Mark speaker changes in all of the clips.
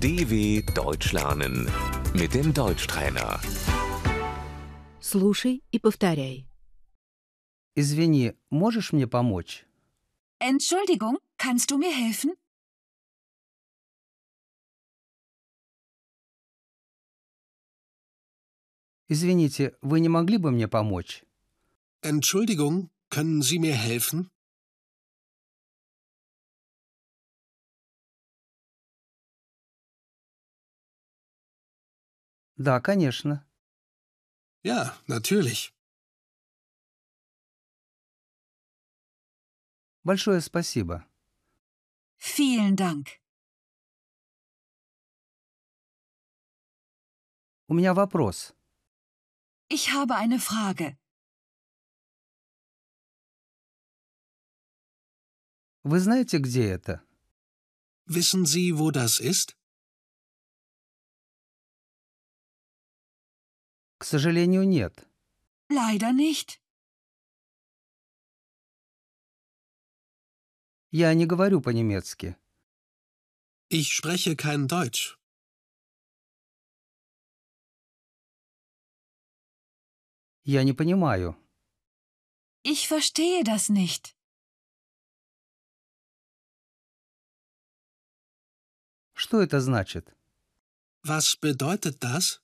Speaker 1: DW Deutsch lernen mit dem Deutschtrainer.
Speaker 2: Слушай и повторяй.
Speaker 3: Извини, можешь мне помочь?
Speaker 4: Entschuldigung, kannst du mir helfen?
Speaker 3: Извините, вы не могли бы мне помочь?
Speaker 5: Entschuldigung, können Sie mir helfen?
Speaker 3: Да, конечно.
Speaker 5: Ja, natürlich.
Speaker 3: Большое спасибо.
Speaker 4: Vielen Dank.
Speaker 3: У меня вопрос.
Speaker 4: Ich habe eine Frage.
Speaker 3: Вы знаете, где это?
Speaker 5: Wissen Sie, wo das ist?
Speaker 3: К сожалению, нет.
Speaker 4: Leider nicht.
Speaker 3: Я не говорю по-немецки.
Speaker 5: Ich spreche kein Deutsch.
Speaker 3: Я не понимаю.
Speaker 4: Ich verstehe das nicht.
Speaker 3: Что это значит?
Speaker 5: Was bedeutet das?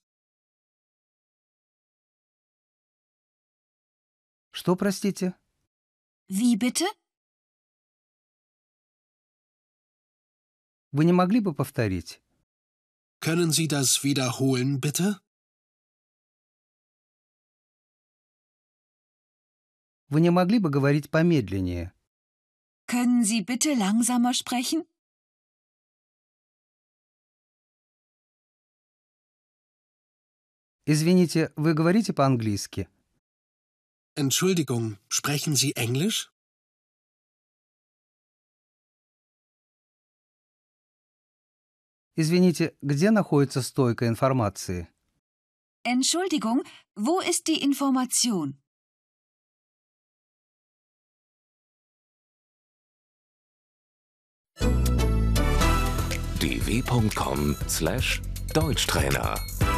Speaker 3: Что, простите?
Speaker 4: Wie bitte?
Speaker 3: Вы не могли бы повторить?
Speaker 5: Können Sie das wiederholen, bitte?
Speaker 3: Вы не могли бы говорить помедленнее?
Speaker 4: Können Sie bitte langsamer sprechen?
Speaker 3: Извините, вы говорите по-английски?
Speaker 5: Entschuldigung, sprechen Sie Englisch?
Speaker 3: Извините, где находится стойка информации?
Speaker 4: Entschuldigung, wo ist die Information?
Speaker 1: dw.com/deutschtrainer